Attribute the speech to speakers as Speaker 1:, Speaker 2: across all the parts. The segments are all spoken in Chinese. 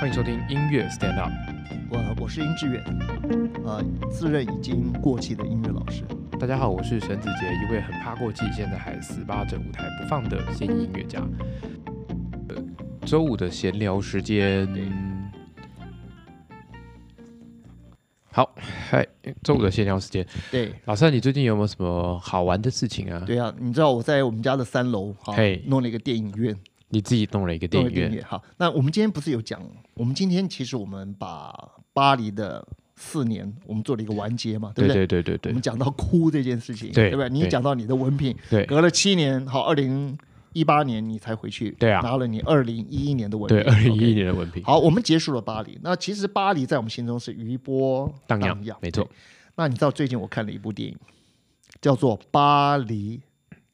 Speaker 1: 欢迎收听音乐 Stand Up。
Speaker 2: 我我是殷志远，呃，自认已经过气的音乐老师。
Speaker 1: 大家好，我是沈子杰，一位很怕过气，现在还死扒着舞台不放的现役音乐家。呃，周五的闲聊时间。好，嗨，周五的闲聊时间。
Speaker 2: 对
Speaker 1: 老三，你最近有没有什么好玩的事情啊？
Speaker 2: 对啊，你知道我在我们家的三楼哈
Speaker 1: 嘿
Speaker 2: 弄了一个电影院，
Speaker 1: 你自己弄了一个电
Speaker 2: 弄
Speaker 1: 影
Speaker 2: 了电影
Speaker 1: 院，
Speaker 2: 院。好，那我们今天不是有讲，我们今天其实我们把巴黎的四年我们做了一个完结嘛，不对？
Speaker 1: 对对对
Speaker 2: 我
Speaker 1: 对
Speaker 2: 们讲到哭这件事情，
Speaker 1: 对
Speaker 2: 不对？你
Speaker 1: 对
Speaker 2: 讲到你的文凭，
Speaker 1: 对对
Speaker 2: 隔了七年，好，二零一八年你才回去，
Speaker 1: 对啊
Speaker 2: 拿了你二零一一年的文凭
Speaker 1: 对，，二零
Speaker 2: OK
Speaker 1: 一一年的文凭，
Speaker 2: 好，我们结束了巴黎。那其实巴黎在我们心中是余波
Speaker 1: 荡
Speaker 2: 漾
Speaker 1: 漾，，没错。
Speaker 2: 那你知道最近我看了一部电影，叫做《巴黎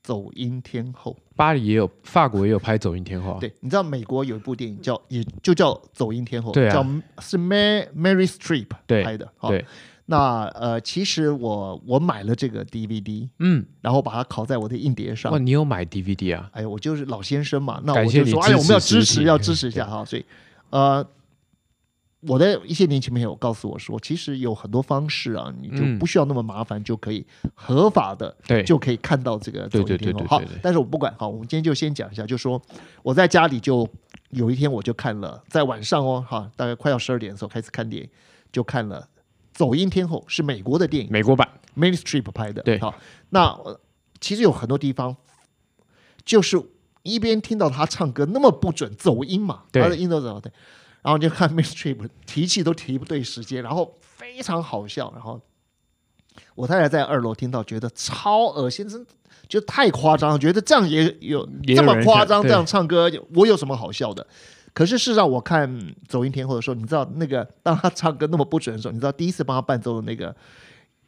Speaker 2: 走音天后
Speaker 1: 巴黎也有，法国也有拍《走音天后》》。啊。
Speaker 2: 对，你知道美国有一部电影叫也就叫《走音天后》，
Speaker 1: 对啊
Speaker 2: 叫是 Mary Mary Streep
Speaker 1: 对
Speaker 2: 拍的。好
Speaker 1: 对，
Speaker 2: 那呃，其实我我买了这个 DVD，
Speaker 1: 嗯，
Speaker 2: 然后把它拷在我的硬碟上
Speaker 1: 哇，。你有买 DVD 啊？
Speaker 2: 哎呀，我就是老先生嘛，那
Speaker 1: 感
Speaker 2: 我
Speaker 1: 谢
Speaker 2: 就
Speaker 1: 你嗯
Speaker 2: 说，
Speaker 1: 支
Speaker 2: 哎呀，我们要
Speaker 1: 持实
Speaker 2: 支持，
Speaker 1: 体
Speaker 2: 要支持一下哈。所以，呃，我的一些年轻朋友告诉我说，其实有很多方式啊，你就
Speaker 1: 嗯
Speaker 2: 不需要那么麻烦，就可以合法的
Speaker 1: 对，
Speaker 2: 就可以看到这个
Speaker 1: 对
Speaker 2: 走
Speaker 1: 对
Speaker 2: 音天
Speaker 1: 对对
Speaker 2: 后。好
Speaker 1: 对对，
Speaker 2: 但是我不管，好，我们今天就先讲一下，就说我在家里就有一天我就看了，在晚上哦，哈，大概快要十二点的时候开始看电影，就看了《走音天后》，是美国的电影。
Speaker 1: 美国版。
Speaker 2: Main Street 拍的。
Speaker 1: 对
Speaker 2: 好，那呃其实有很多地方，就是一边听到他唱歌那么不准走音嘛，
Speaker 1: 对
Speaker 2: 他的音都走对，然后就看 Main Street 提气都提不对时间，然后非常好笑，然后我太太在二楼听到觉得超恶心，真就太夸张了，觉得这样也有
Speaker 1: 也有
Speaker 2: 这么
Speaker 1: 人
Speaker 2: 夸
Speaker 1: 看
Speaker 2: 张，
Speaker 1: 对
Speaker 2: 这样唱歌我有什么好笑的？可是事实上，我看《走音天后》的时候，你知道那个当他唱歌那么不准的时候，你知道第一次帮他伴奏的那个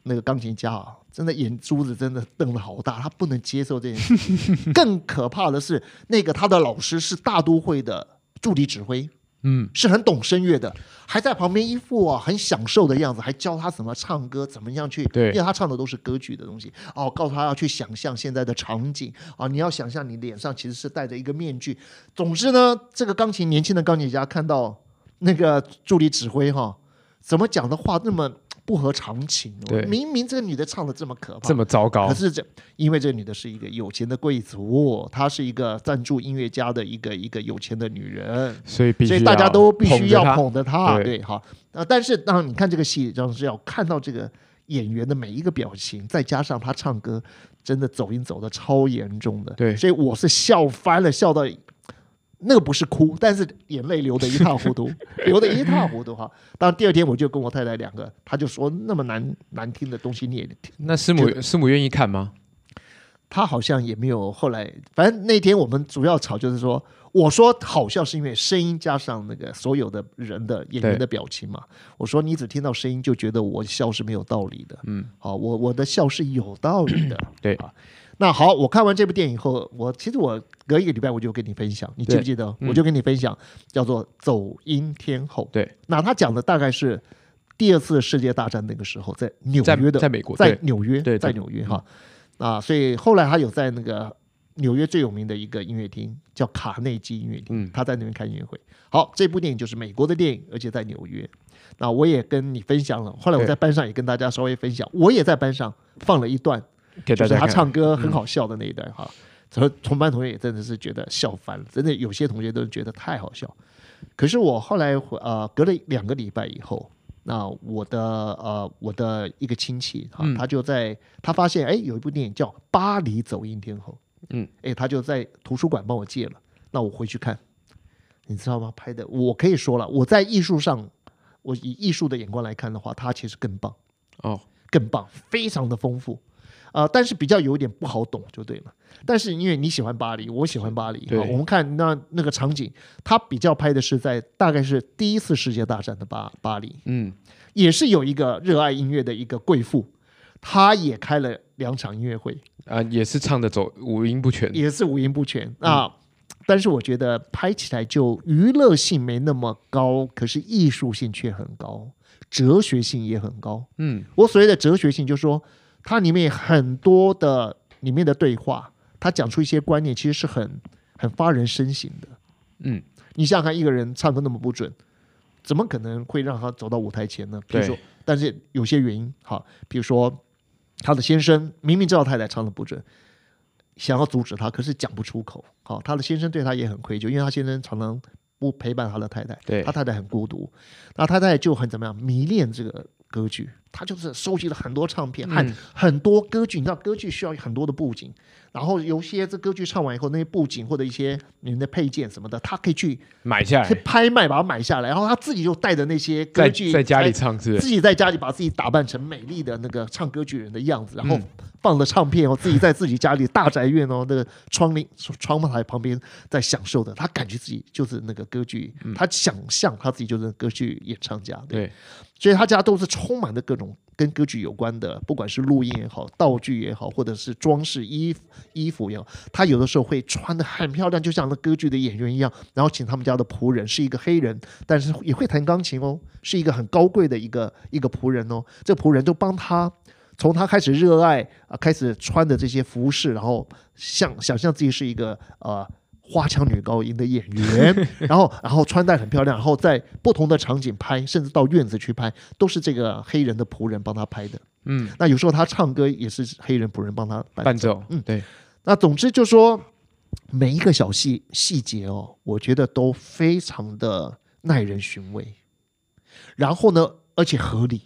Speaker 2: 那个钢琴家啊，真的眼珠子真的瞪得好大，他不能接受这件事情。更可怕的是，那个他的老师是大都会的助理指挥，
Speaker 1: 嗯，
Speaker 2: 是很懂声乐的，还在旁边一副啊很享受的样子，还教他怎么唱歌，怎么样去，
Speaker 1: 对
Speaker 2: 因为他唱的都是歌剧的东西哦，告诉他要去想象现在的场景啊，你要想象你脸上其实是戴着一个面具。总之呢，这个钢琴年轻的钢琴家看到那个助理指挥哈、怎么讲的话那么不合常情、
Speaker 1: 对
Speaker 2: 哦，明明这个女的唱的这么可怕，
Speaker 1: 这么糟糕
Speaker 2: 可，是这，因为这个女的是一个有钱的贵族，她是一个赞助音乐家的一个一个有钱的女人，
Speaker 1: 所以必须
Speaker 2: 所以大家
Speaker 1: 要
Speaker 2: 都必须要
Speaker 1: 捧着
Speaker 2: 捧着她。
Speaker 1: 对
Speaker 2: 对，好。那但是当然你看这个戏，当然是要看到这个演员的每一个表情，再加上她唱歌，真的走音走的超严重的。
Speaker 1: 对
Speaker 2: 所以我是笑翻了，笑到那个不是哭，但是眼泪流的一塌 糊涂，流的一塌糊涂哈。当然第二天我就跟我太太两个，她就说那么难难听的东西你也
Speaker 1: 他。那师母师母愿意看吗？
Speaker 2: 他好像也没有后来，反正那天我们主要吵就是说，我说好笑是因为声音加上那个所有的人的演员的表情嘛。我说你只听到声音就觉得我笑是没有道理的，
Speaker 1: 嗯，，
Speaker 2: 好，我我的笑是有道理的
Speaker 1: 对
Speaker 2: 啊。那好，我看完这部电影后，我其实我隔一个礼拜我就跟你分享，你记不记得？
Speaker 1: 嗯
Speaker 2: 我就跟你分享叫做《走音天后》。
Speaker 1: 对，
Speaker 2: 那他讲的大概是第二次世界大战那个时候，在纽
Speaker 1: 在
Speaker 2: 约的
Speaker 1: 在美国，
Speaker 2: 在
Speaker 1: 对
Speaker 2: 纽约，
Speaker 1: 对嗯
Speaker 2: 在
Speaker 1: 在
Speaker 2: 纽约哈啊，所以后来他有在那个纽约最有名的一个音乐厅叫卡内基音乐厅
Speaker 1: 嗯，
Speaker 2: 他在那边开音乐会。好，这部电影就是美国的电影，而且在纽约。那我也跟你分享了，后来我
Speaker 1: 对
Speaker 2: 在班上也跟大家稍微分享，我也在班上放了一段，
Speaker 1: 给
Speaker 2: 就
Speaker 1: 大
Speaker 2: 是
Speaker 1: 家
Speaker 2: 他
Speaker 1: 看。嗯
Speaker 2: 唱歌很好笑的那一段哈。然后同班同学也真的是觉得笑翻了，真的有些同学都觉得太好笑。可是我后来回呃隔了两个礼拜以后，那我的呃我的一个亲戚哈、
Speaker 1: 嗯
Speaker 2: 他就在他发现哎有一部电影叫《巴黎走音天后》，
Speaker 1: 嗯，
Speaker 2: 哎他就在图书馆帮我借了，那我回去看，你知道吗？拍的我可以说了，我在艺术上，我以艺术的眼光来看的话，他其实更棒。
Speaker 1: 哦，
Speaker 2: 更棒，非常的丰富。呃，但是比较有一点不好懂就对了。但是因为你喜欢巴黎，我喜欢巴黎，
Speaker 1: 对
Speaker 2: 好我们看那那个场景，它比较拍的是在大概是第一次世界大战的巴巴黎，
Speaker 1: 嗯，
Speaker 2: 也是有一个热爱音乐的一个贵妇，她也开了两场音乐会，
Speaker 1: 啊，也是唱的走五音不全，
Speaker 2: 也是五音不全啊。但是我觉得拍起来就娱乐性没那么高，可是艺术性却很高，哲学性也很高。
Speaker 1: 嗯，
Speaker 2: 我所谓的哲学性，就是说它里面很多的里面的对话，它讲出一些观念，其实是很很发人深省的。
Speaker 1: 嗯，
Speaker 2: 你想想看，一个人唱歌那么不准，怎么可能会让他走到舞台前呢？比如说
Speaker 1: 对，
Speaker 2: 但是有些原因，好，比如说他的先生明明知道太太唱的不准，想要阻止他，可是讲不出口。好，他的先生对他也很愧疚，因为他先生常常不陪伴他的太太，
Speaker 1: 对
Speaker 2: 他太太很孤独，那太太就很怎么样迷恋这个歌剧，他就是收集了很多唱片，和
Speaker 1: 嗯
Speaker 2: 很多歌剧，你知道歌剧需要很多的布景，然后有些这歌剧唱完以后，那些布景或者一些你们的配件什么的，他可以去
Speaker 1: 买下来
Speaker 2: 去，拍卖把它买下来，然后他自己就带着那些歌
Speaker 1: 在
Speaker 2: 剧
Speaker 1: 在家里唱是不
Speaker 2: 自
Speaker 1: 是？
Speaker 2: 己在家里把自己打扮成美丽的那个唱歌剧人的样子，然后
Speaker 1: 嗯
Speaker 2: 放了唱 片哦，自己在自己家里大宅院哦，那个窗棂窗台旁边在享受的，他感觉自己就是那个歌剧，
Speaker 1: 嗯
Speaker 2: 他想象他自己就是歌剧演唱家，对，
Speaker 1: 对，
Speaker 2: 所以他家都是充满着各种跟歌剧有关的，不管是录音也好，道具也好，或者是装饰衣服衣服也好，他有的时候会穿的很漂亮，就像那歌剧的演员一样，然后请他们家的仆人是一个黑人，但是也会弹钢琴哦，是一个很高贵的一个一个仆人哦，这仆人就帮他。从他开始热爱啊、开始穿的这些服饰，然后想想象自己是一个呃花腔女高音的演员，然后然后穿戴很漂亮，然后在不同的场景拍，甚至到院子去拍，都是这个黑人的仆人帮他拍的。
Speaker 1: 嗯，
Speaker 2: 那有时候他唱歌也是黑人仆人帮他伴
Speaker 1: 伴奏，嗯，对，
Speaker 2: 那总之就说每一个小细细节哦，我觉得都非常的耐人寻味。然后呢，而且合理，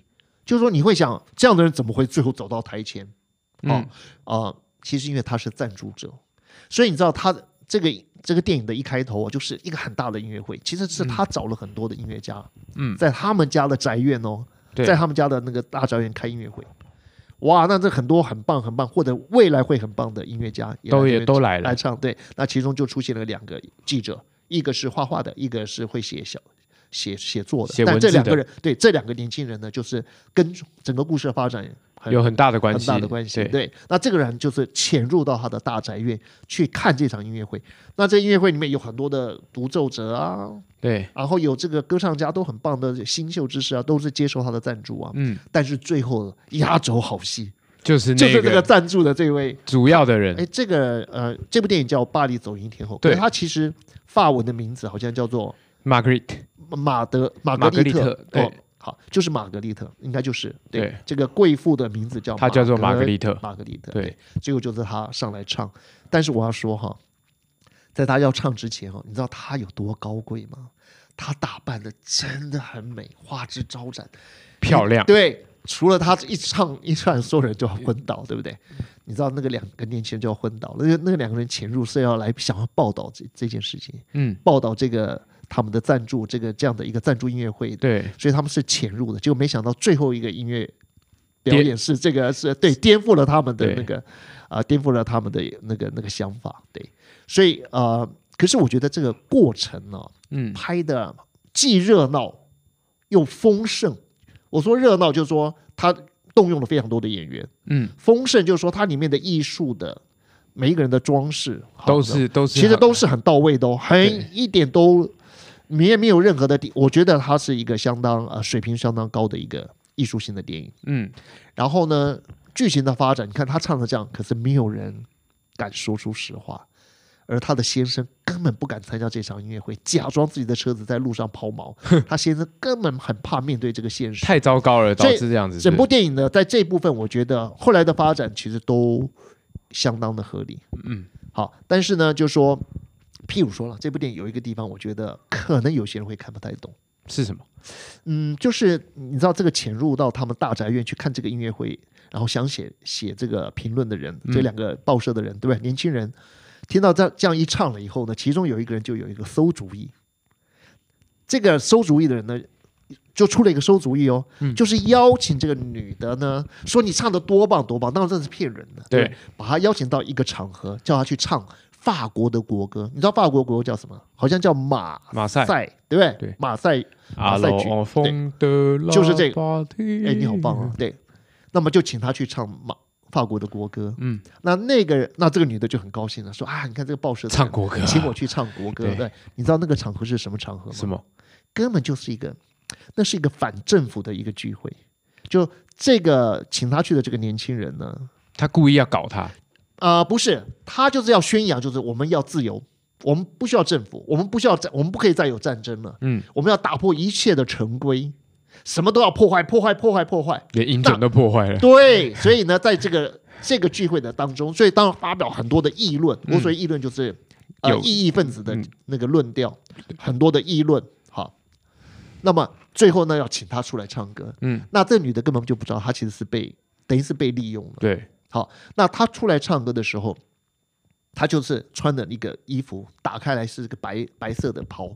Speaker 2: 就是说你会想，这样的人怎么会最后走到台前？哦
Speaker 1: 嗯，
Speaker 2: 啊、其实因为他是赞助者，所以你知道他这个这个电影的一开头哦，就是一个很大的音乐会，其实是他找了很多的音乐家，
Speaker 1: 嗯
Speaker 2: 在他们家的宅院哦，
Speaker 1: 对
Speaker 2: 在他们家的那个大宅院开音乐会。哇，那这很多很棒很棒，或者未来会很棒的音乐家来
Speaker 1: 都
Speaker 2: 这
Speaker 1: 也
Speaker 2: 边
Speaker 1: 都来了
Speaker 2: 来，唱。对，那其中就出现了两个记者，一个是画画的，一个是会写小写写作的。
Speaker 1: 写
Speaker 2: 但
Speaker 1: 文
Speaker 2: 这
Speaker 1: 字
Speaker 2: 两
Speaker 1: 的
Speaker 2: 个人，对这两个年轻人呢，就是跟整个故事的发展很
Speaker 1: 有很大的关
Speaker 2: 很
Speaker 1: 系，
Speaker 2: 大的关系。
Speaker 1: 对，
Speaker 2: 对，那这个人就是潜入到他的大宅院去看这场音乐会。那这音乐会里面有很多的独奏者啊，
Speaker 1: 对，
Speaker 2: 然后有这个歌唱家都很棒的新秀之士啊，都是接受他的赞助啊。
Speaker 1: 嗯，
Speaker 2: 但是最后压轴好戏
Speaker 1: 就是
Speaker 2: 就是
Speaker 1: 那
Speaker 2: 这个赞助的这位，
Speaker 1: 主要的人
Speaker 2: 哎，这个呃，这部电影叫《巴黎走音天后》，
Speaker 1: 对
Speaker 2: 可是它其实法文的名字好像叫做
Speaker 1: Margaret，
Speaker 2: 马德玛
Speaker 1: 玛
Speaker 2: 格
Speaker 1: 格丽
Speaker 2: 丽特
Speaker 1: 特，
Speaker 2: 哦
Speaker 1: 对，
Speaker 2: 好，就是玛格丽特，应该就是对
Speaker 1: 对
Speaker 2: 这个贵妇的名字叫
Speaker 1: 她叫做玛格丽特
Speaker 2: 哦玛格丽特，
Speaker 1: 对，
Speaker 2: 结果就是她上来唱，但是我要说哈，在她要唱之前哈，你知道她有多高贵吗？她打扮的真的很美，花枝招展，
Speaker 1: 漂亮，
Speaker 2: 对，除了他一唱一唱，所有人就要昏倒，对不对？你知道那个两个年轻人就要昏倒，那个那个两个人潜入是要来想要报道这这件事情，
Speaker 1: 嗯，
Speaker 2: 报道这个他们的赞助，这个这样的一个赞助音乐会，
Speaker 1: 对，
Speaker 2: 所以他们是潜入的，结果没想到最后一个音乐表
Speaker 1: 颠
Speaker 2: 演是这个是对颠覆了他们的
Speaker 1: 对
Speaker 2: 那个啊、颠覆了他们的那个那个想法，对，所以呃，可是我觉得这个过程呢、
Speaker 1: 嗯，
Speaker 2: 拍的既热闹又丰盛。我说热闹，就是说他动用了非常多的演员；
Speaker 1: 嗯，
Speaker 2: 丰盛就是说它里面的艺术的每一个人的装饰好
Speaker 1: 都是都是，
Speaker 2: 其实都是很到位的、哦，
Speaker 1: 对
Speaker 2: 很一点都你也没有任何的地。我觉得它是一个相当呃水平相当高的一个艺术性的电影。
Speaker 1: 嗯，
Speaker 2: 然后呢，剧情的发展，你看他唱的这样，可是没有人敢说出实话，而他的先生根本不敢参加这场音乐会，假装自己的车子在路上 抛锚，他先生根本很怕面对这个现实。
Speaker 1: 太糟糕了，导
Speaker 2: 所以
Speaker 1: 致这样子，
Speaker 2: 整部
Speaker 1: 是
Speaker 2: 电影呢，在这一部分，我觉得后来的发展其实都相当的合理。
Speaker 1: 嗯，
Speaker 2: 好，但是呢，就说，譬如说了，这部电影有一个地方，我觉得可能有些人会看不太懂。
Speaker 1: 是什么？
Speaker 2: 嗯，就是你知道这个潜入到他们大宅院去看这个音乐会，然后想写写这个评论的人，
Speaker 1: 嗯
Speaker 2: 这两个报社的人，对吧？年轻人听到这这样一唱了以后呢，其中有一个人就有一个馊主意。这个馊主意的人呢，就出了一个馊主意哦，
Speaker 1: 嗯
Speaker 2: 就是邀请这个女的呢，说你唱的多棒多棒，当然这是骗人的，
Speaker 1: 对
Speaker 2: 吧，把她邀请到一个场合，叫她去唱法国的国歌。你知道法国国歌叫什么？好像叫马
Speaker 1: 马赛
Speaker 2: 对不对？
Speaker 1: 对
Speaker 2: 马赛马
Speaker 1: 阿
Speaker 2: 赛
Speaker 1: 罗
Speaker 2: 曲
Speaker 1: 哦风的拉
Speaker 2: 就是这个
Speaker 1: 巴提
Speaker 2: 哎，你
Speaker 1: 嗯
Speaker 2: 好棒啊！！对，那么就请他去唱马法国的国歌。
Speaker 1: 嗯，
Speaker 2: 那那个那这个女的就很高兴了，说啊，你看这个报社的
Speaker 1: 唱
Speaker 2: 人
Speaker 1: 国歌啊
Speaker 2: 请我去唱国歌。
Speaker 1: 对
Speaker 2: 对，你知道那个场合是什么场合
Speaker 1: 什
Speaker 2: 吗？
Speaker 1: 么？
Speaker 2: 根本就是一个，那是一个反政府的一个聚会。就这个请他去的这个年轻人呢，
Speaker 1: 他故意要搞他，
Speaker 2: 啊，不是，他就是要宣扬，就是我们要自由，我们不需要政府，我们不需要战，我们不可以再有战争了。
Speaker 1: 嗯，
Speaker 2: 我们要打破一切的陈规，什么都要破坏，破坏，破坏，破坏。
Speaker 1: 连音准都破坏了。
Speaker 2: 对，所以呢，在这个这个聚会的当中，所以当然发表很多的议论。我所谓议论就是、呃
Speaker 1: 有
Speaker 2: 异议分子的
Speaker 1: 嗯
Speaker 2: 那个论调，很多的议论。好，那么最后呢，要请他出来唱歌。
Speaker 1: 嗯，
Speaker 2: 那这女的根本就不知道，她其实是被等于是被利用了。
Speaker 1: 对，
Speaker 2: 好，那她出来唱歌的时候，她就是穿的一个衣服，打开来是个白白色的袍，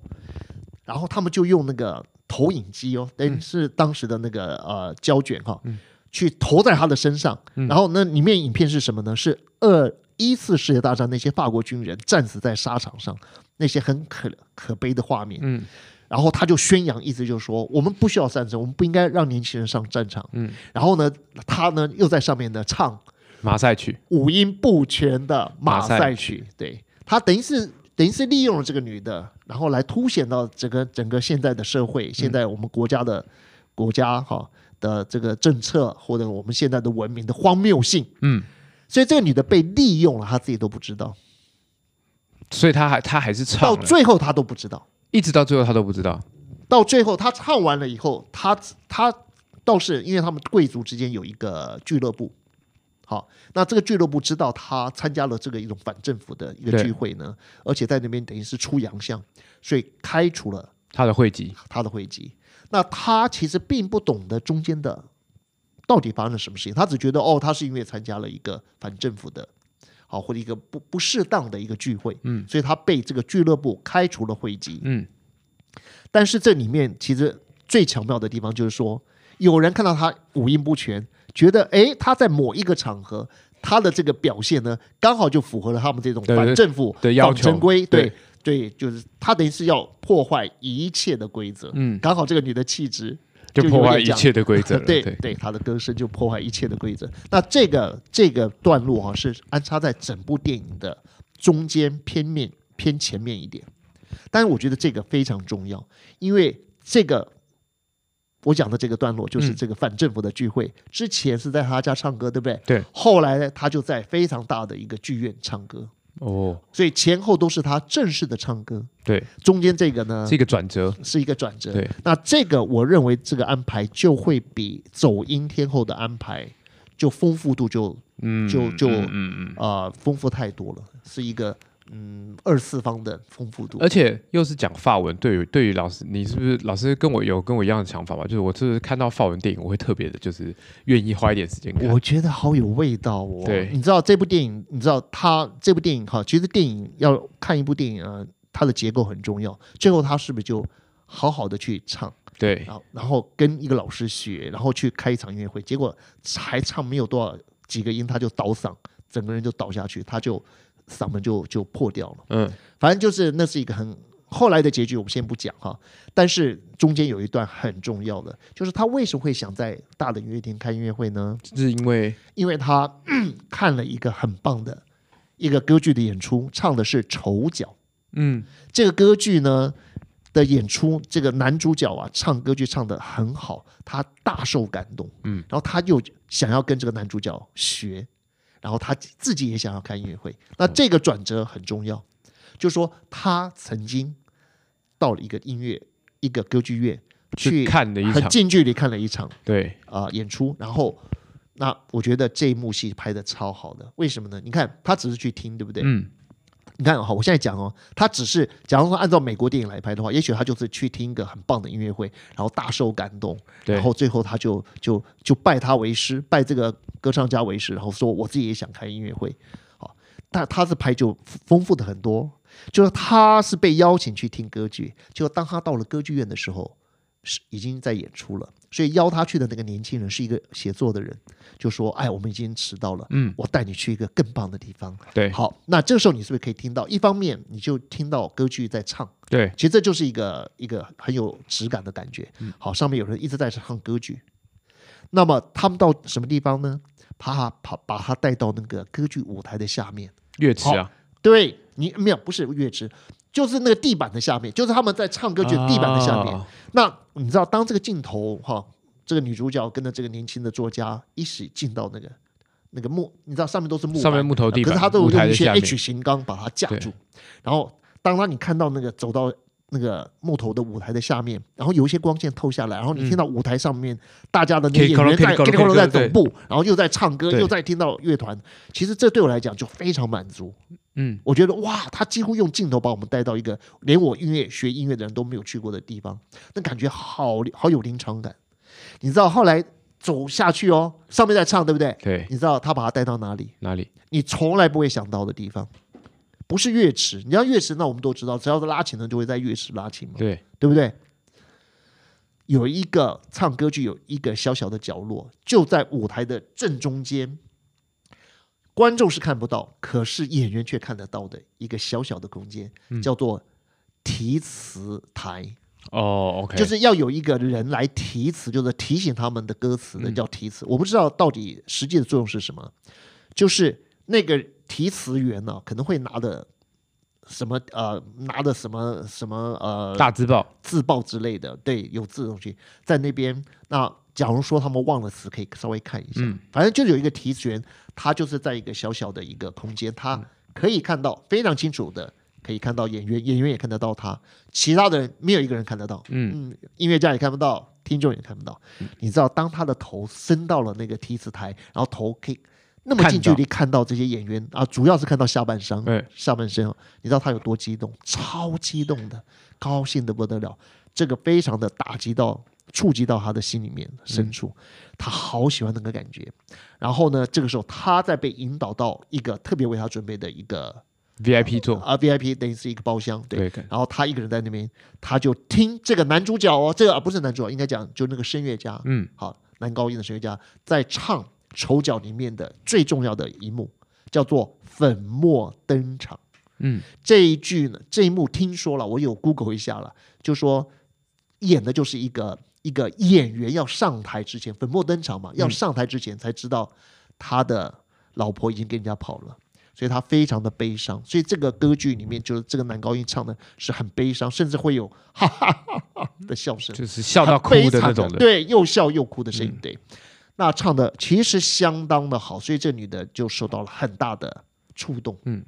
Speaker 2: 然后他们就用那个投影机哦，
Speaker 1: 嗯
Speaker 2: 等于是当时的那个呃胶卷哈、去投在她的身上，
Speaker 1: 嗯
Speaker 2: 然后那里面影片是什么呢？是二一次世界大战那些法国军人战死在沙场上那些很可可悲的画面，
Speaker 1: 嗯
Speaker 2: 然后他就宣扬，意思就是说，我们不需要战争，我们不应该让年轻人上战场。
Speaker 1: 嗯，
Speaker 2: 然后呢，他呢又在上面呢唱
Speaker 1: 马赛曲，
Speaker 2: 五音不全的
Speaker 1: 马
Speaker 2: 马赛
Speaker 1: 赛
Speaker 2: 曲，对他等于是等于是利用了这个女的，然后来凸显到整个整个现在的社会，现在我们国家的、国家哈的这个政策或者我们现在的文明的荒谬性。
Speaker 1: 嗯，
Speaker 2: 所以这个女的被利用了，她自己都不知道，
Speaker 1: 所以他还他还是唱
Speaker 2: 到
Speaker 1: 了，
Speaker 2: 最后她都不知道。
Speaker 1: 一直到最后他都不知道。
Speaker 2: 到最后他唱完了以后，他他倒是因为他们贵族之间有一个俱乐部，好，那这个俱乐部知道他参加了这个一种反政府的一个
Speaker 1: 对
Speaker 2: 聚会呢，而且在那边等于是出洋相，所以开除了
Speaker 1: 他的汇集，
Speaker 2: 他的会籍。那他其实并不懂得中间的到底发生了什么事情，他只觉得哦，他是因为参加了一个反政府的。好，或者一个不不适当的一个聚会，
Speaker 1: 嗯，
Speaker 2: 所以他被这个俱乐部开除了会籍，
Speaker 1: 嗯，
Speaker 2: 但是这里面其实最巧妙的地方就是说，有人看到他五音不全，觉得诶他在某一个场合他的这个表现呢，刚好就符合了他们这种
Speaker 1: 对
Speaker 2: 反政府
Speaker 1: 对要
Speaker 2: 反
Speaker 1: 求
Speaker 2: 陈规，
Speaker 1: 对
Speaker 2: 对对，就是他等于是要破坏一切的规则。
Speaker 1: 嗯，
Speaker 2: 刚好这个女的气质，
Speaker 1: 就
Speaker 2: 就
Speaker 1: 破
Speaker 2: 有
Speaker 1: 坏
Speaker 2: 点
Speaker 1: 一
Speaker 2: 讲
Speaker 1: 切的规则了。
Speaker 2: 对
Speaker 1: 对，
Speaker 2: 对，她的歌声就破坏一切的规则。那这个这个段落啊，是安插在整部电影的中间偏面偏前面一点，但是我觉得这个非常重要，因为这个我讲的这个段落就是
Speaker 1: 嗯
Speaker 2: 这个反政府的聚会，之前是在他家唱歌，对不对？
Speaker 1: 对。
Speaker 2: 后来呢，他就在非常大的一个剧院唱歌，
Speaker 1: 哦，
Speaker 2: 所以前后都是他正式的唱歌，
Speaker 1: 对，
Speaker 2: 中间这个呢
Speaker 1: 是一个转折。
Speaker 2: 是一个转折。
Speaker 1: 对，
Speaker 2: 那这个我认为这个安排就会比走音天后的安排就丰富度就
Speaker 1: 嗯，
Speaker 2: 就就
Speaker 1: 嗯嗯嗯。
Speaker 2: 呃丰富太多了，是一个嗯二次方的丰富度
Speaker 1: 而。且又是讲法文，对于对于老师，你是不是老师跟我有跟我一样的想法吧？就是我就是看到法文电影，我会特别的，就是愿意花一点时间看。
Speaker 2: 我觉得好有味道哦！
Speaker 1: 对
Speaker 2: 你知道这部电影，你知道它这部电影哈，其实电影要看一部电影啊，它的结构很重要。最后它是不是就好好的去唱，
Speaker 1: 对
Speaker 2: 然后然后跟一个老师学，然后去开一场音乐会，结果还唱没有多少几个音，他就倒嗓，整个人就倒下去，他就嗓门就就破掉了。
Speaker 1: 嗯，
Speaker 2: 反正就是那是一个很后来的结局，我们先不讲哈。但是中间有一段很重要的，就是他为什么会想在大的音乐厅开音乐会呢？
Speaker 1: 是因为
Speaker 2: 因为他、 嗯看了一个很棒的一个歌剧的演出，唱的是《丑角》。
Speaker 1: 嗯
Speaker 2: 这个歌剧呢的演出，这个男主角啊唱歌剧唱得很好，他大受感动，
Speaker 1: 嗯，
Speaker 2: 然后他又想要跟这个男主角学，然后他自己也想要开音乐会，那这个转折很重要，就说他曾经到了一个音乐一个歌剧院
Speaker 1: 去
Speaker 2: 去
Speaker 1: 看的一
Speaker 2: 很
Speaker 1: 场，
Speaker 2: 近距离看了一场。
Speaker 1: 对，
Speaker 2: 啊、演出，然后那我觉得这一幕戏拍的超好的，为什么呢？你看他只是去听，对不对？
Speaker 1: 嗯，
Speaker 2: 你看哈、我现在讲哦，他只是假如说按照美国电影来拍的话，也许他就是去听一个很棒的音乐会，然后大受感动，
Speaker 1: 对
Speaker 2: 然，后最后他就就就拜他为师，拜这个歌唱家为师，然后说我自己也想开音乐会。好，但他是拍就丰富的很多，就是他是被邀请去听歌剧，就当他到了歌剧院的时候，是已经在演出了，所以邀他去的那个年轻人是一个写作的人，就说：“哎，我们已经迟到了，
Speaker 1: 嗯，
Speaker 2: 我带你去一个更棒的地方。”
Speaker 1: 对
Speaker 2: 好，那这个时候你是不是可以听到？一方面你就听到歌剧在唱。
Speaker 1: 对，
Speaker 2: 其实这就是一个一个很有质感的感觉。好，上面有人一直在唱歌剧，那么他们到什么地方呢？他把把他带到那个歌剧舞台的下面，
Speaker 1: 乐池啊，
Speaker 2: 对你没有不是乐池，就是那个地板的下面，就是他们在唱歌剧的地板的下面。
Speaker 1: 啊
Speaker 2: 那你知道，当这个镜头哈，这个女主角跟着这个年轻的作家一起进到那个那个木，你知道上面都是木
Speaker 1: 呃
Speaker 2: 板
Speaker 1: 上面木头地板
Speaker 2: 可是他都
Speaker 1: 舞台
Speaker 2: 用一
Speaker 1: 的
Speaker 2: 些
Speaker 1: 下面
Speaker 2: H 型钢把它架
Speaker 1: 对
Speaker 2: 住，然后。当当你看到那个走到那个木头的舞台的下面，然后有一些光线透下来，然后你
Speaker 1: 嗯
Speaker 2: 听到舞台上面、大家的那个演员在
Speaker 1: Kikoro- Kikoro-
Speaker 2: 咯咯
Speaker 1: Kikoro-
Speaker 2: 在
Speaker 1: 对
Speaker 2: 走步，然后又在唱歌，
Speaker 1: 对
Speaker 2: 又在听到乐团，其实这对我来讲就非常满足。
Speaker 1: 嗯，
Speaker 2: 我觉得哇，他几乎用镜头把我们带到一个连我音乐学音乐的人都没有去过的地方，那感觉好好有临场感。你知道后来走下去哦，上面在唱对不对？
Speaker 1: 对，
Speaker 2: 你知道他把他带到哪里？
Speaker 1: 哪里？
Speaker 2: 你从来不会想到的地方，不是乐池。你要乐池，那我们都知道，只要是拉琴的就会在乐池拉琴嘛，
Speaker 1: 对，
Speaker 2: 对不对？有一个唱歌剧，有一个小小的角落，就在舞台的正中间，观众是看不到，可是演员却看得到的一个小小的空间，叫做提词台。
Speaker 1: 哦，OK，
Speaker 2: 就是要有一个人来提词，就是提醒他们的歌词的
Speaker 1: 嗯
Speaker 2: 叫提词。我不知道到底实际的作用是什么，就是那个提词员呢、可能会拿的什么呃，拿的什么什么呃
Speaker 1: 大字报，
Speaker 2: 自报之类的，对，有字的东西在那边。那假如说他们忘了词，可以稍微看一下。
Speaker 1: 嗯
Speaker 2: 反正就有一个提词员，他就是在一个小小的一个空间，
Speaker 1: 嗯
Speaker 2: 他可以看到非常清楚的，可以看到演员，演员也看得到他，其他的人没有一个人看得到。
Speaker 1: 嗯，
Speaker 2: 嗯，音乐家也看不到，听众也看不到。你知道，当他的头伸到了那个提词台，然后头可以那么
Speaker 1: 看
Speaker 2: 近距离看到这些演员啊，主要是看到下半身，
Speaker 1: 对
Speaker 2: 下半身哦，你知道他有多激动，超激动的，高兴的不得了。这个非常的打击到、触及到他的心里面深处，他好喜欢那个感觉。然后呢，这个时候他在被引导到一个特别为他准备的一个
Speaker 1: VIP 座，
Speaker 2: 啊 VIP，等于是一个包厢，对。
Speaker 1: 对，看
Speaker 2: 然后他一个人在那边，他就听这个男主角哦，这个、啊、不是男主角，应该讲就那个声乐家，
Speaker 1: 嗯，
Speaker 2: 好，男高音的声乐家在唱《丑角》里面的最重要的一幕，叫做粉墨登场。
Speaker 1: 嗯，
Speaker 2: 这一句呢，这一幕听说了，我有 Google 一下了，就说演的就是一个一个演员要上台之前，粉墨登场嘛，
Speaker 1: 嗯
Speaker 2: 要上台之前才知道他的老婆已经跟人家跑了。所以他非常的悲伤，所以这个歌剧里面就是这个男高音唱的是很悲伤，甚至会有 哈哈哈哈的笑声。
Speaker 1: 就是笑到哭的嗯那种
Speaker 2: 很悲惨的
Speaker 1: 人，
Speaker 2: 对，又笑又哭的声音，对。那唱的其实相当的好，所以这女的就受到了很大的触动。
Speaker 1: 嗯，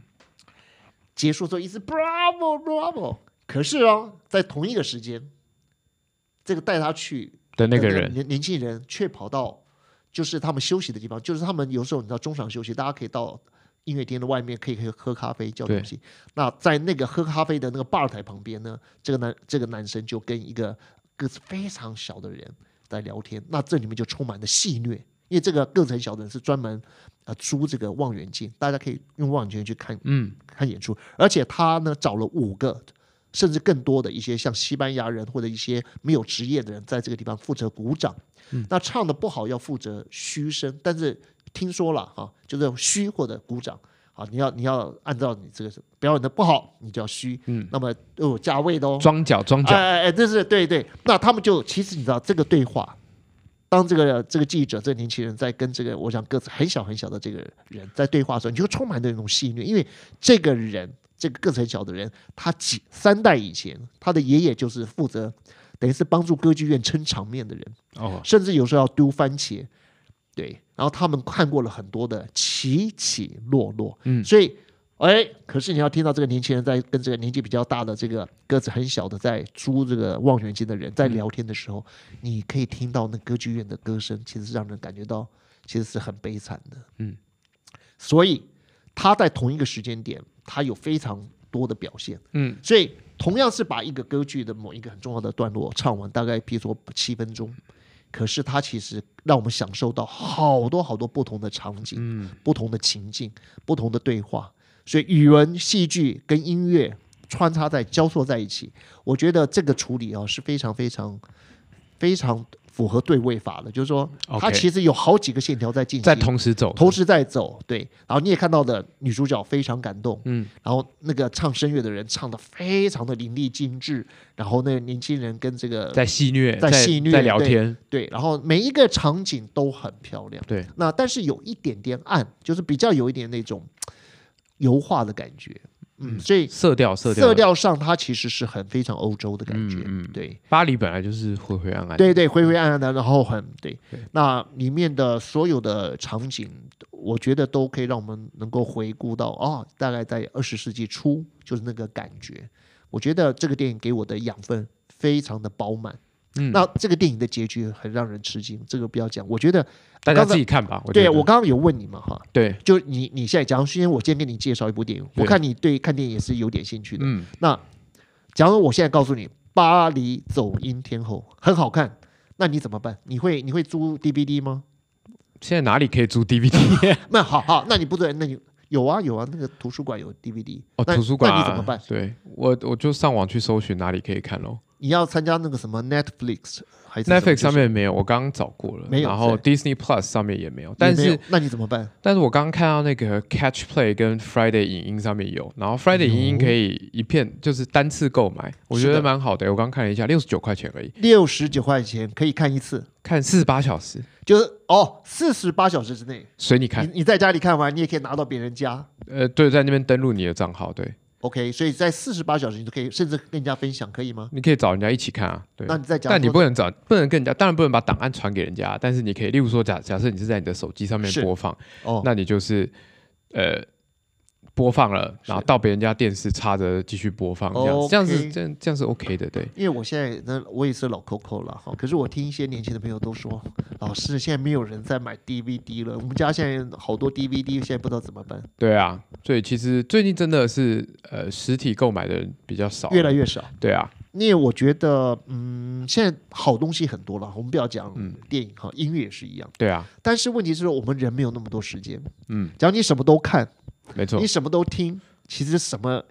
Speaker 2: 结束之后一直 bravo bravo，可是哦，在同一个时间，这个带她去
Speaker 1: 的那个
Speaker 2: 那
Speaker 1: 人，
Speaker 2: 年年轻人却跑到就是他们休息的地方，就是他们有时候你知道中场休息，大家可以到音乐厅的外面可以可以喝咖啡叫东西。那在那个喝咖啡的那个吧台旁边呢，这个男这个男生就跟一个个子非常小的人在聊天，那这里面就充满了戏谑，因为这个个子很小的人是专门呃租这个望远镜，大家可以用望远镜去看
Speaker 1: 嗯，
Speaker 2: 看演出，而且他呢找了五个甚至更多的一些像西班牙人或者一些没有职业的人，在这个地方负责鼓掌。
Speaker 1: 嗯
Speaker 2: 那唱的不好要负责嘘声，但是听说了哈、啊，就是嘘或者鼓掌。啊，你要你要按照你这个表演的不好，你就要嘘。
Speaker 1: 嗯，
Speaker 2: 那么都有价位的哦。
Speaker 1: 装脚装
Speaker 2: 哎
Speaker 1: 脚，
Speaker 2: 哎哎，这是对对。那他们就其实你知道这个对话，当这个这个记者这个年轻人在跟这个我想个子很小很小的这个人在对话的时候，你就充满那种戏谑，因为这个人这个个子很小的人，他几三代以前，他的爷爷就是负责等于是帮助歌剧院撑场面的人。
Speaker 1: 哦，
Speaker 2: 甚至有时候要丢番茄，对。然后他们看过了很多的起起落落，
Speaker 1: 嗯
Speaker 2: 所以，哎，可是你要听到这个年轻人在跟这个年纪比较大的这个个子很小的在租这个望远镜的人在聊天的时候，你可以听到那歌剧院的歌声，其实是让人感觉到其实是很悲惨的，
Speaker 1: 嗯。
Speaker 2: 所以他在同一个时间点，他有非常多的表现，
Speaker 1: 嗯，
Speaker 2: 所以同样是把一个歌剧的某一个很重要的段落唱完，大概譬如说七分钟，可是它其实让我们享受到好多好多不同的场景、
Speaker 1: 嗯
Speaker 2: 不同的情境、不同的对话。所以语文、戏剧跟音乐穿插在交错在一起，我觉得这个处理啊是非常非常非常符合对位法的，就是说它
Speaker 1: OK
Speaker 2: 其实有好几个线条在进行，
Speaker 1: 在同时走，
Speaker 2: 同时在走，对。然后你也看到的女主角非常感动，
Speaker 1: 嗯，
Speaker 2: 然后那个唱声乐的人唱的非常的淋漓尽致，然后那个年轻人跟这个
Speaker 1: 在戏谑，
Speaker 2: 在
Speaker 1: 在
Speaker 2: 戏谑
Speaker 1: 在聊天，
Speaker 2: 对，然后每一个场景都很漂亮，
Speaker 1: 对，
Speaker 2: 那但是有一点点暗，就是比较有一点那种油画的感觉。嗯，所以
Speaker 1: 色调色调
Speaker 2: 色调上它其实是很非常欧洲的感觉，
Speaker 1: 嗯嗯
Speaker 2: 对。
Speaker 1: 巴黎本来就是灰灰暗暗，，
Speaker 2: 对对，灰灰暗暗的，然后很对
Speaker 1: 对。
Speaker 2: 那里面的所有的场景，我觉得都可以让我们能够回顾到哦，大概在二十世纪初就是那个感觉。我觉得这个电影给我的养分非常的饱满。
Speaker 1: 嗯
Speaker 2: 那这个电影的结局很让人吃惊，这个不要讲。我觉得，
Speaker 1: 大家
Speaker 2: 刚才
Speaker 1: 自己看吧。我觉
Speaker 2: 对啊
Speaker 1: 得
Speaker 2: 我刚刚有问你嘛哈，
Speaker 1: 对，
Speaker 2: 就你你现在，假如今天我今天给你介绍一部电影，我
Speaker 1: 对
Speaker 2: 看你对看电影也是有点兴趣的。
Speaker 1: 嗯，
Speaker 2: 那假如我现在告诉你《巴黎走音天后》很好看，那你怎么办？你会你会租 DVD 吗？
Speaker 1: 现在哪里可以租 DVD？
Speaker 2: 那好好，那你不对，那你有啊有啊，那个图书馆有 DVD
Speaker 1: 哦，
Speaker 2: 那
Speaker 1: 图书馆啊
Speaker 2: 那你怎么办？？
Speaker 1: 对我我就上网去搜寻哪里可以看咯。
Speaker 2: 你要参加那个什么 Netflix 还是什么
Speaker 1: Netflix 上
Speaker 2: 就是
Speaker 1: 面没有，我刚刚找过了，
Speaker 2: 没有
Speaker 1: 然后
Speaker 2: 对
Speaker 1: Disney Plus 上面也没有，
Speaker 2: 也
Speaker 1: 但
Speaker 2: 没有
Speaker 1: 是
Speaker 2: 那你怎么办？
Speaker 1: 但是我刚刚看到那个 Catch Play 跟 Friday 影音上面有，然后 Friday 影音可以一片就是单次购买，我觉
Speaker 2: 是
Speaker 1: 得
Speaker 2: 的
Speaker 1: 蛮好的。我刚看了一下，六十九块钱而已，
Speaker 2: 六十九块钱可以看一次，
Speaker 1: 看四十八小时，
Speaker 2: 就是哦，四十八小时之内，
Speaker 1: 随你
Speaker 2: 你
Speaker 1: 看。
Speaker 2: 你在家里看完，你也可以拿到别人家。
Speaker 1: 呃，对，在那边登录你的账号，对，
Speaker 2: OK，所以在四十八小时你就可以，甚至跟人家分享，可以吗？
Speaker 1: 你可以找人家一起看啊。对，
Speaker 2: 那你在家，
Speaker 1: 但你不能找，不能跟人家，当然不能把档案传给人家，啊但是你可以，例如说假假设你是在你的手机上面
Speaker 2: 是
Speaker 1: 播放，
Speaker 2: 哦，
Speaker 1: 那你就是呃播放了，然后
Speaker 2: 是哦
Speaker 1: 到别人家电视插着继续播放，这样子这样是
Speaker 2: OK
Speaker 1: 这样这样是 OK 的，对。
Speaker 2: 因为我现在那我也是老 Coco 了哈，可是我听一些年轻的朋友都说，老师现在没有人在买 DVD 了，我们家现在好多 DVD，现在不知道怎么办，
Speaker 1: 对啊，所以其实最近真的是呃，实体购买的人比较少，
Speaker 2: 越来越少。
Speaker 1: 对啊，
Speaker 2: 因为我觉得，嗯，现在好东西很多了，我们不要讲
Speaker 1: 嗯
Speaker 2: 电影哈，音乐也是一样。
Speaker 1: 对啊，
Speaker 2: 但是问题是，我们人没有那么多时间。
Speaker 1: 嗯，
Speaker 2: 只要你什么都看，
Speaker 1: 没错
Speaker 2: 你，什么都听，其实什么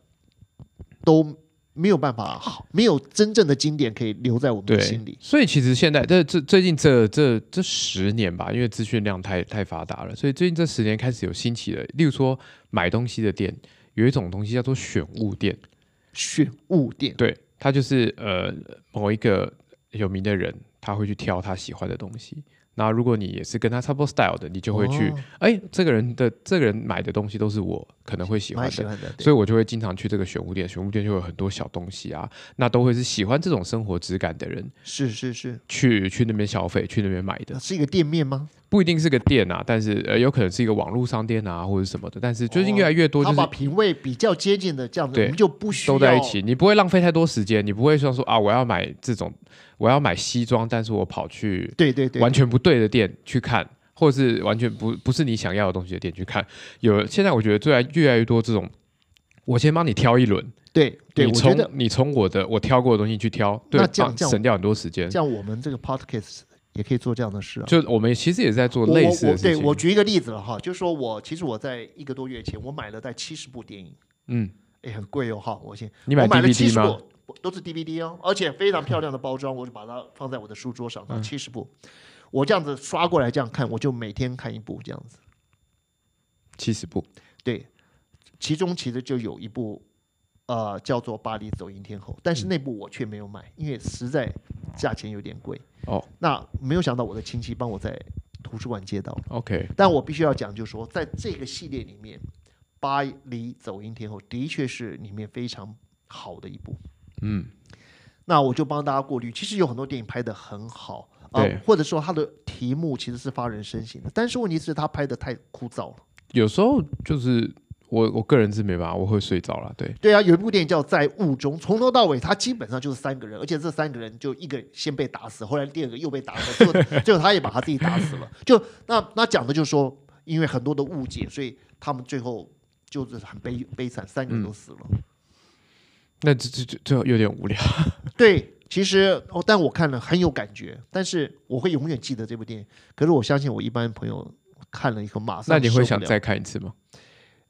Speaker 2: 都没有办法好，没有真正的经典可以留在我们的心
Speaker 1: 对
Speaker 2: 里。。
Speaker 1: 所以其实现在这这最近这这这十年吧，因为资讯量太太发达了，所以最近这十年开始有兴起的，例如说买东西的店，有一种东西叫做选物店，
Speaker 2: 选物店，
Speaker 1: 对，它就是呃某一个有名的人，他会去挑他喜欢的东西。那如果你也是跟他差不多 style 的，你就会去
Speaker 2: 哦，
Speaker 1: 哎、这个人的这个人买的东西都是我可能会喜欢
Speaker 2: 蛮
Speaker 1: 的
Speaker 2: 喜，欢的，对
Speaker 1: 所以我就会经常去这个玄物店，玄物店就会有很多小东西啊，那都会是喜欢这种生活质感的人
Speaker 2: 是是是。
Speaker 1: 去去那边消费，去那边买的，
Speaker 2: 是一个店面吗？
Speaker 1: 不一定是个店啊，但是呃有可能是一个网络商店啊或者什么的，但是最近越来越多就
Speaker 2: 哦他
Speaker 1: 是
Speaker 2: 把品味比较接近的这样子，
Speaker 1: 对
Speaker 2: 我们就不需要
Speaker 1: 都在一起，你不会浪费太多时间，你不会说说啊我要买这种我要买西装，但是我跑去
Speaker 2: 对对对，
Speaker 1: 完全不对的店去看，或者是完全不不是你想要的东西的店去看，有现在我觉得最来越来越多这种，我先帮你挑一轮。
Speaker 2: 对对，我
Speaker 1: 你
Speaker 2: 觉
Speaker 1: 从
Speaker 2: 得
Speaker 1: 你从我的我挑过的东西去挑，对
Speaker 2: 那，这样
Speaker 1: 帮
Speaker 2: 这样
Speaker 1: 省掉很多时间。
Speaker 2: 像我们这个 podcast 也可以做这样的事啊。
Speaker 1: 就我们其实也在做
Speaker 2: 我
Speaker 1: 类
Speaker 2: 我
Speaker 1: 似
Speaker 2: 我
Speaker 1: 的事
Speaker 2: 对
Speaker 1: 情。
Speaker 2: 我举一个例子了哈，就说我其实我在一个多月前我买了在七十部电影，
Speaker 1: 嗯，
Speaker 2: 哎，很贵哦哈，我先
Speaker 1: 你买
Speaker 2: 我买了七
Speaker 1: DVD
Speaker 2: 十
Speaker 1: 吗
Speaker 2: 部，我都是 DVD 哦，而且非常漂亮的包装，我就把它放在我的书桌上，
Speaker 1: 嗯
Speaker 2: 七十部，我这样子刷过来这样看，我就每天看一部这样子。
Speaker 1: 七十部，
Speaker 2: 对，其中其实就有一部呃叫做《巴黎走音天后》，但是
Speaker 1: 嗯
Speaker 2: 那部我却没有买，因为实在价钱有点贵。
Speaker 1: 哦，
Speaker 2: 那没有想到我的亲戚帮我在图书馆借到了，
Speaker 1: OK，
Speaker 2: 但我必须要讲，就是说在这个系列里面，《巴黎走音天后》的确是里面非常好的一部。
Speaker 1: 嗯，
Speaker 2: 那我就帮大家过滤。其实有很多电影拍得很好。啊、
Speaker 1: 对
Speaker 2: 或者说它的题目其实是发人深省的，但是问题是它拍得太枯燥了。
Speaker 1: 有时候就是我我个人是没办法，我会睡着了。对，
Speaker 2: 对啊，有一部电影叫《在雾中》，从头到尾他基本上就是三个人，而且这三个人就一个先被打死，后来第二个又被打死，最后最后他也把他自己打死了。就那那讲的就是说，因为很多的误解，所以他们最后就是很悲悲惨，三个人都死了。
Speaker 1: 那这这这这有点无聊。
Speaker 2: 对，其实哦，但我看了很有感觉，但是我会永远记得这部电影。可是我相信我一般朋友看了以后马上
Speaker 1: 那你会
Speaker 2: 受不
Speaker 1: 想
Speaker 2: 了
Speaker 1: 再看一次吗？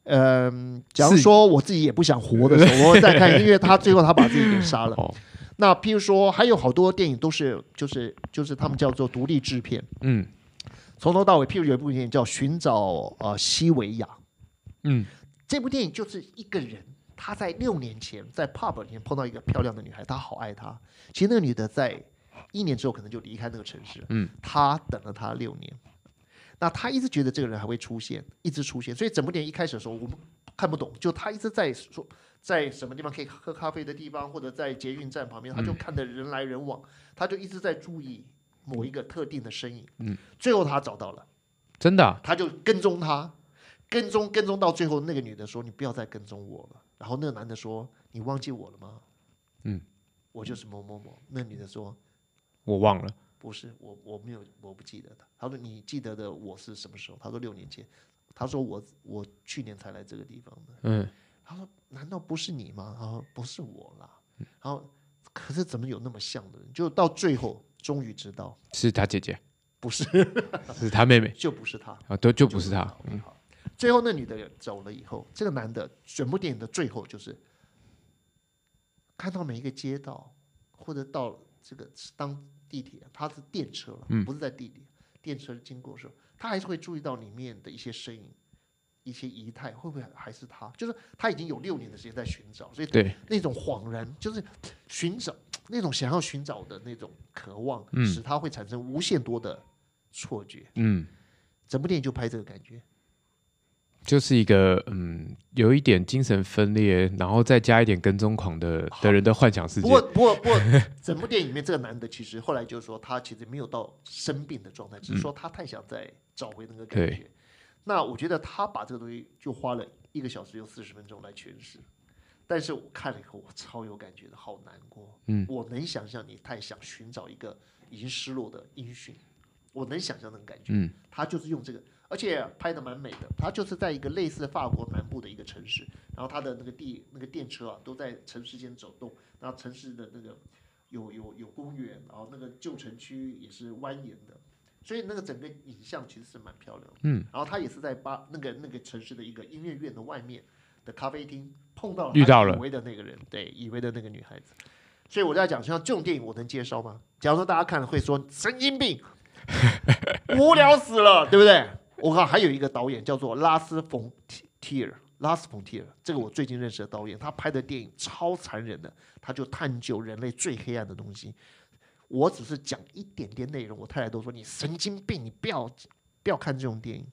Speaker 2: 嗯，假如
Speaker 1: 是
Speaker 2: 说我自己也不想活的时候， 我会再看，因为他最后他把自己给杀了。
Speaker 1: 哦，
Speaker 2: 那譬如说，还有好多电影都是就是就是他们叫做独立制片，
Speaker 1: 嗯
Speaker 2: 从头到尾。譬如有一部电影叫《寻找呃西维亚》，
Speaker 1: 嗯，
Speaker 2: 这部电影就是一个人他在六年前在 pub 里面碰到一个漂亮的女孩，他好爱她。其实那个女的在一年之后可能就离开那个城市，
Speaker 1: 嗯，
Speaker 2: 他等了她六年。那他一直觉得这个人还会出现，一直出现，所以整部电影一开始的时候我们看不懂，就他一直在说在什么地方可以喝咖啡的地方，或者在捷运站
Speaker 1: 嗯
Speaker 2: 旁边，他就看着人来人往，他就一直在注意某一个特定的身影。
Speaker 1: 嗯，
Speaker 2: 最后他找到了，
Speaker 1: 真的啊、
Speaker 2: 他就跟踪他，跟踪跟踪到最后，那个女的说：“你不要再跟踪我了。”然后那个男的说：“你忘记我了吗？”
Speaker 1: 嗯，
Speaker 2: 我就是某某某。那女的说
Speaker 1: 我忘了。：“
Speaker 2: 不是，我我没有，我不记得的。”他说：“你记得的我是什么时候？”他说：“六年前。”他说我：“我去年才来这个地方的。”
Speaker 1: 嗯，
Speaker 2: 他说：“难道不是你吗？”他说：“不是我啦。”然后，可是怎么有那么像的人？就到最后，终于知道
Speaker 1: 是他姐姐，
Speaker 2: 不是，
Speaker 1: 是他妹妹
Speaker 2: 就不是他，
Speaker 1: 啊，都就不是他。嗯
Speaker 2: OK，好。嗯最后那女的走了以后，这个男的，整部电影的最后就是看到每一个街道，或者到这个当地铁，他是电车了，
Speaker 1: 嗯
Speaker 2: 不是在地铁，电车经过的时候，他还是会注意到里面的一些身影。一些仪态会不会还是他？就是他已经有六年的时间在寻找，所以
Speaker 1: 对
Speaker 2: 那种恍然，就是寻找那种想要寻找的那种渴望，使他会产生无限多的错觉。
Speaker 1: 嗯，
Speaker 2: 整部电影就拍这个感觉。
Speaker 1: 就是一个嗯，有一点精神分裂，然后再加一点跟踪狂的的人的幻想世
Speaker 2: 不
Speaker 1: 界
Speaker 2: 过，。 不过，不过，整部电影里面这个男的其实后来就是说，他其实没有到生病的状态，只是说他太想再找回那个感
Speaker 1: 嗯对
Speaker 2: 觉。那我觉得他把这个东西就花了一个小时又四十分钟来诠释，但是我看了以后，我超有感觉的，好难过。
Speaker 1: 嗯，
Speaker 2: 我能想象你太想寻找一个已经失落的音讯，我能想象那种感觉。
Speaker 1: 嗯，
Speaker 2: 他就是用这个，而且拍的蛮美的。他就是在一个类似法国南部的一个城市，然后他的那个地那个电车啊，都在城市间走动，然后城市的那个有有有公园，然后那个旧城区也是蜿蜒的。所以那个整个影像其实是蛮漂亮的，
Speaker 1: 嗯，
Speaker 2: 然后他也是在巴那个那个城市的一个音乐院的外面的咖啡厅碰到了
Speaker 1: 遇到
Speaker 2: 他
Speaker 1: 了
Speaker 2: 以为的那个人，对，以为的那个女孩子。所以我在讲，像这种电影我能接受吗？假如说大家看了会说神 经病，无聊死了，对不对？我靠，还有一个导演叫做拉斯冯提尔，拉斯冯提尔，这个我最近认识的导演，他拍的电影超残忍的，他就探究人类最黑暗的东西。我只是讲一点点内容，我太太都说你神经病，你不要不要看这种电影。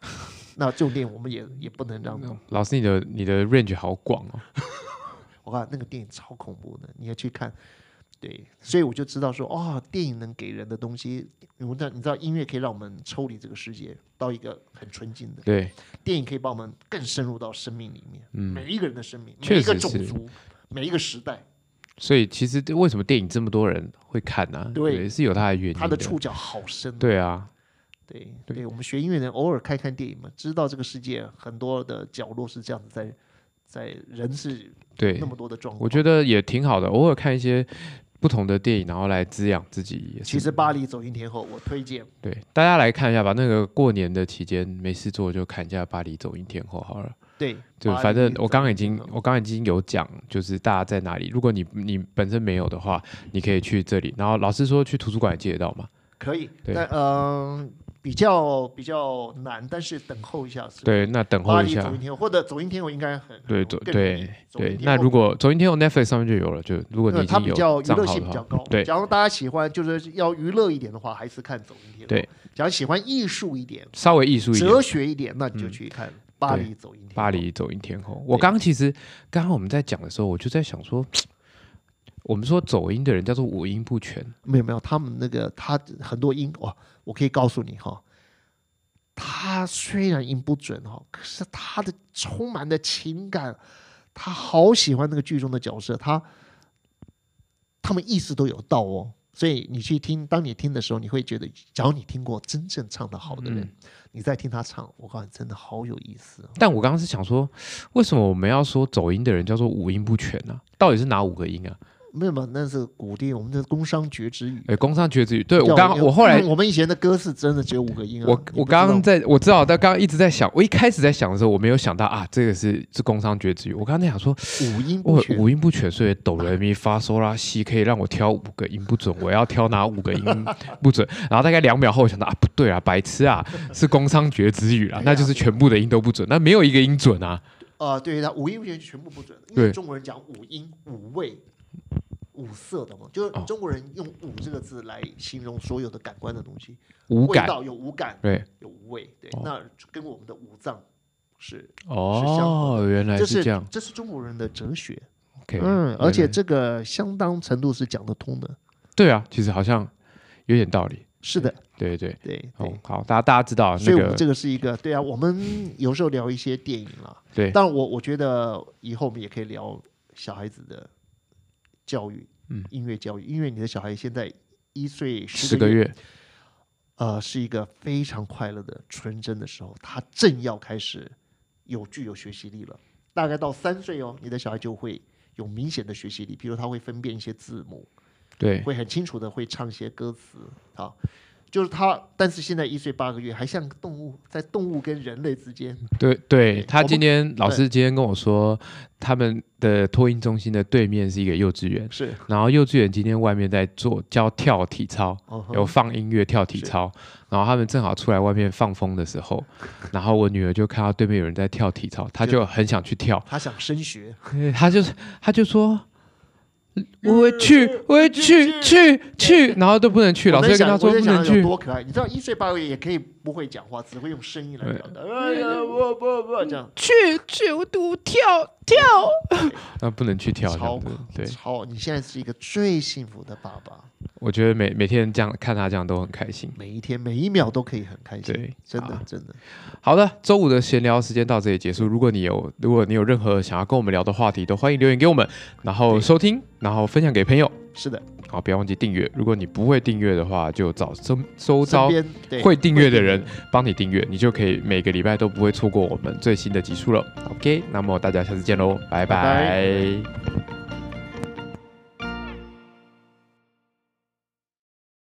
Speaker 2: 那这种电影我们也也不能让
Speaker 1: 老师，你的你的 range 好广哦。
Speaker 2: 我看那个电影超恐怖的，你要去看。对，所以我就知道说，哦，电影能给人的东西，你知道，你知道音乐可以让我们抽离这个世界，到一个很纯净的
Speaker 1: 对，
Speaker 2: 电影，可以把我们更深入到生命里面，
Speaker 1: 嗯
Speaker 2: 每一个人的生命，
Speaker 1: 确
Speaker 2: 每一个
Speaker 1: 实
Speaker 2: 种
Speaker 1: 是
Speaker 2: 族，每一个时代，
Speaker 1: 所以其实为什么电影这么多人会看呢、
Speaker 2: 对
Speaker 1: 是有它的原因
Speaker 2: 他的触角好深啊。
Speaker 1: 对啊，
Speaker 2: 对对，我们学音乐的人偶尔看看电影嘛，知道这个世界很多的角落是这样子在，在人是
Speaker 1: 对
Speaker 2: 那，么多的状况。
Speaker 1: 我觉得也挺好的，偶尔看一些不同的电影，然后来滋养自己也是。
Speaker 2: 其实《巴黎走进天后》，我推荐
Speaker 1: 对大家来看一下吧，那个过年的期间没事做就看一下《巴黎走音天后》好了。
Speaker 2: 对，
Speaker 1: 就
Speaker 2: 巴
Speaker 1: 反正
Speaker 2: 黎
Speaker 1: 我刚刚已
Speaker 2: 走进
Speaker 1: 经
Speaker 2: 天后
Speaker 1: 我刚刚已经有讲，就是大家在哪里。如果你你本身没有的话，你可以去这里。然后老师说去图书馆也借得到嘛？
Speaker 2: 可以，
Speaker 1: 对
Speaker 2: 但嗯、呃比较比较难，但是等候一下是
Speaker 1: 对，那等
Speaker 2: 巴
Speaker 1: 候一
Speaker 2: 黎
Speaker 1: 下
Speaker 2: 走。音天后或者走音天后应该很
Speaker 1: 对，
Speaker 2: 走
Speaker 1: 走对对。那如
Speaker 2: 如
Speaker 1: 果走音天后 Netflix 上面就有了，就如果你已
Speaker 2: 它
Speaker 1: 经
Speaker 2: 比
Speaker 1: 有
Speaker 2: 较娱
Speaker 1: 账
Speaker 2: 乐
Speaker 1: 号
Speaker 2: 性
Speaker 1: 的
Speaker 2: 比较
Speaker 1: 话
Speaker 2: 高，，
Speaker 1: 对
Speaker 2: 假如大家喜欢就是要娱乐一点的话，还是看走音天后。
Speaker 1: 对，
Speaker 2: 假如喜欢艺术一点、
Speaker 1: 稍微艺术一点嗯
Speaker 2: 哲。学一点，那你就去看巴黎走音天后。
Speaker 1: 巴黎走音天后。我刚刚其实刚刚我们在讲的时候，我就在想说，我们说走音的人叫做五音不全，
Speaker 2: 没有没有，他们那个他很多音哇，我可以告诉你哈，他虽然音不准哈，可是他的充满的情感，他好喜欢那个剧中的角色，他他们意识都有到哦。所以你去听，当你听的时候，你会觉得，假如你听过真正唱的好的人，
Speaker 1: 嗯
Speaker 2: 你再听他唱，我告诉你，真的好有意思哦。
Speaker 1: 但我刚刚是想说，为什么我们要说走音的人叫做五音不全呢、到底是哪五个音啊？
Speaker 2: 没有嘛，那是古典，我们的工商角之语。
Speaker 1: 哎，工商绝子语。对
Speaker 2: 叫
Speaker 1: 我刚我后来
Speaker 2: 我们以前的歌是真的只嗯有五个音啊。
Speaker 1: 我
Speaker 2: 你
Speaker 1: 我
Speaker 2: 不知道
Speaker 1: 刚刚
Speaker 2: 吗
Speaker 1: 在我知道，但刚刚一直在想，我一开始在想的时候，我没有想到啊，这个是是工商绝子语。我刚刚在想说，
Speaker 2: 五音不
Speaker 1: 我
Speaker 2: 全，
Speaker 1: 五音不全，所以哆来咪发嗦啦西可以让我挑五个音不准， 我要挑哪五个音不准？然后大概两秒后我想到啊，不对啊，白痴啊，是工商绝子语啦
Speaker 2: 对啊，
Speaker 1: 那就是全部的音都不准，那没有一个音准啊。
Speaker 2: 啊，对它五音不全全部不准，因为
Speaker 1: 对
Speaker 2: 中国人讲五音五味五色的嘛，就是
Speaker 1: 哦
Speaker 2: 中国人用“五”这个字来形容所有的感官的东西，
Speaker 1: 无
Speaker 2: 味
Speaker 1: 感，
Speaker 2: 道有五感，
Speaker 1: 对，
Speaker 2: 有五味，对，
Speaker 1: 哦
Speaker 2: 那就跟我们的五脏是
Speaker 1: 哦，原来
Speaker 2: 这
Speaker 1: 是
Speaker 2: 是
Speaker 1: 这样。哎
Speaker 2: 这是中国人的哲学，
Speaker 1: OK，
Speaker 2: 嗯，而且
Speaker 1: 原来
Speaker 2: 这个相当程度是讲得通的。
Speaker 1: 对啊，其实好像有点道理。
Speaker 2: 是的，
Speaker 1: 对对，
Speaker 2: 对
Speaker 1: 哦
Speaker 2: 对，，
Speaker 1: 好，大家大家知道
Speaker 2: 所
Speaker 1: 那
Speaker 2: 以我们
Speaker 1: 个
Speaker 2: 这个是一个对啊，我们有时候聊一些电影啊啦，
Speaker 1: 对，
Speaker 2: 当然我我觉得以后我们也可以聊小孩子的教育，
Speaker 1: 嗯，
Speaker 2: 音乐教育，因为你的小孩现在一岁
Speaker 1: 十
Speaker 2: 十
Speaker 1: 个
Speaker 2: 个
Speaker 1: 月，
Speaker 2: 呃，是一个非常快乐的纯真的时候，他正要开始有具有学习力了。大概到三岁哦，你的小孩就会有明显的学习力，比如他会分辨一些字母，
Speaker 1: 对，
Speaker 2: 会很清楚的会唱一些歌词啊。就是他，但是现在一岁八个月，还像动物，在动物跟人类之间，
Speaker 1: 对对，
Speaker 2: 对
Speaker 1: 他
Speaker 2: 我们
Speaker 1: 今天老
Speaker 2: 对
Speaker 1: 师今天跟我说，他们的托婴中心的对面是一个幼稚园，
Speaker 2: 是
Speaker 1: 然后幼稚园今天外面在做教跳体操，
Speaker 2: 哦吼
Speaker 1: 有放音乐跳体操，然后他们正好出来外面放风的时候，然后我女儿就看到对面有人在跳体操，她就很想去跳，
Speaker 2: 他想升学，
Speaker 1: 对她就她就说。我会去，我会嗯去，去去，然后都不能去。
Speaker 2: 我
Speaker 1: 老师就
Speaker 2: 在
Speaker 1: 跟
Speaker 2: 想
Speaker 1: 她说
Speaker 2: 我在
Speaker 1: 不能
Speaker 2: 想
Speaker 1: 去
Speaker 2: 有，多可爱。你知道一岁八个月也可以不会讲话，只会用声音来表达。哎呀，不不不，这样
Speaker 1: 去去，我我跳跳，那不能去跳，这样
Speaker 2: 超
Speaker 1: 子对。
Speaker 2: 超，你现在是一个最幸福的爸爸，
Speaker 1: 我觉得每每天这样看他这样都很开心。
Speaker 2: 每一天每一秒都可以很开心
Speaker 1: 对，
Speaker 2: 真的
Speaker 1: 好
Speaker 2: 真的。
Speaker 1: 好的，周五的闲聊时间到这里结束。如果你有如果你有任何想要跟我们聊的话题，都欢迎留言给我们，然后
Speaker 2: 对
Speaker 1: 收听，然后分享给朋友。
Speaker 2: 是的，
Speaker 1: 好，不要忘记订阅。如果你不会订阅的话，就找周周
Speaker 2: 身
Speaker 1: 遭
Speaker 2: 边对
Speaker 1: 会订阅的人帮你订阅，你就可以每个礼拜都不会错过我们最新的集数了。OK，那么大家下次见喽，拜
Speaker 2: 拜
Speaker 1: 拜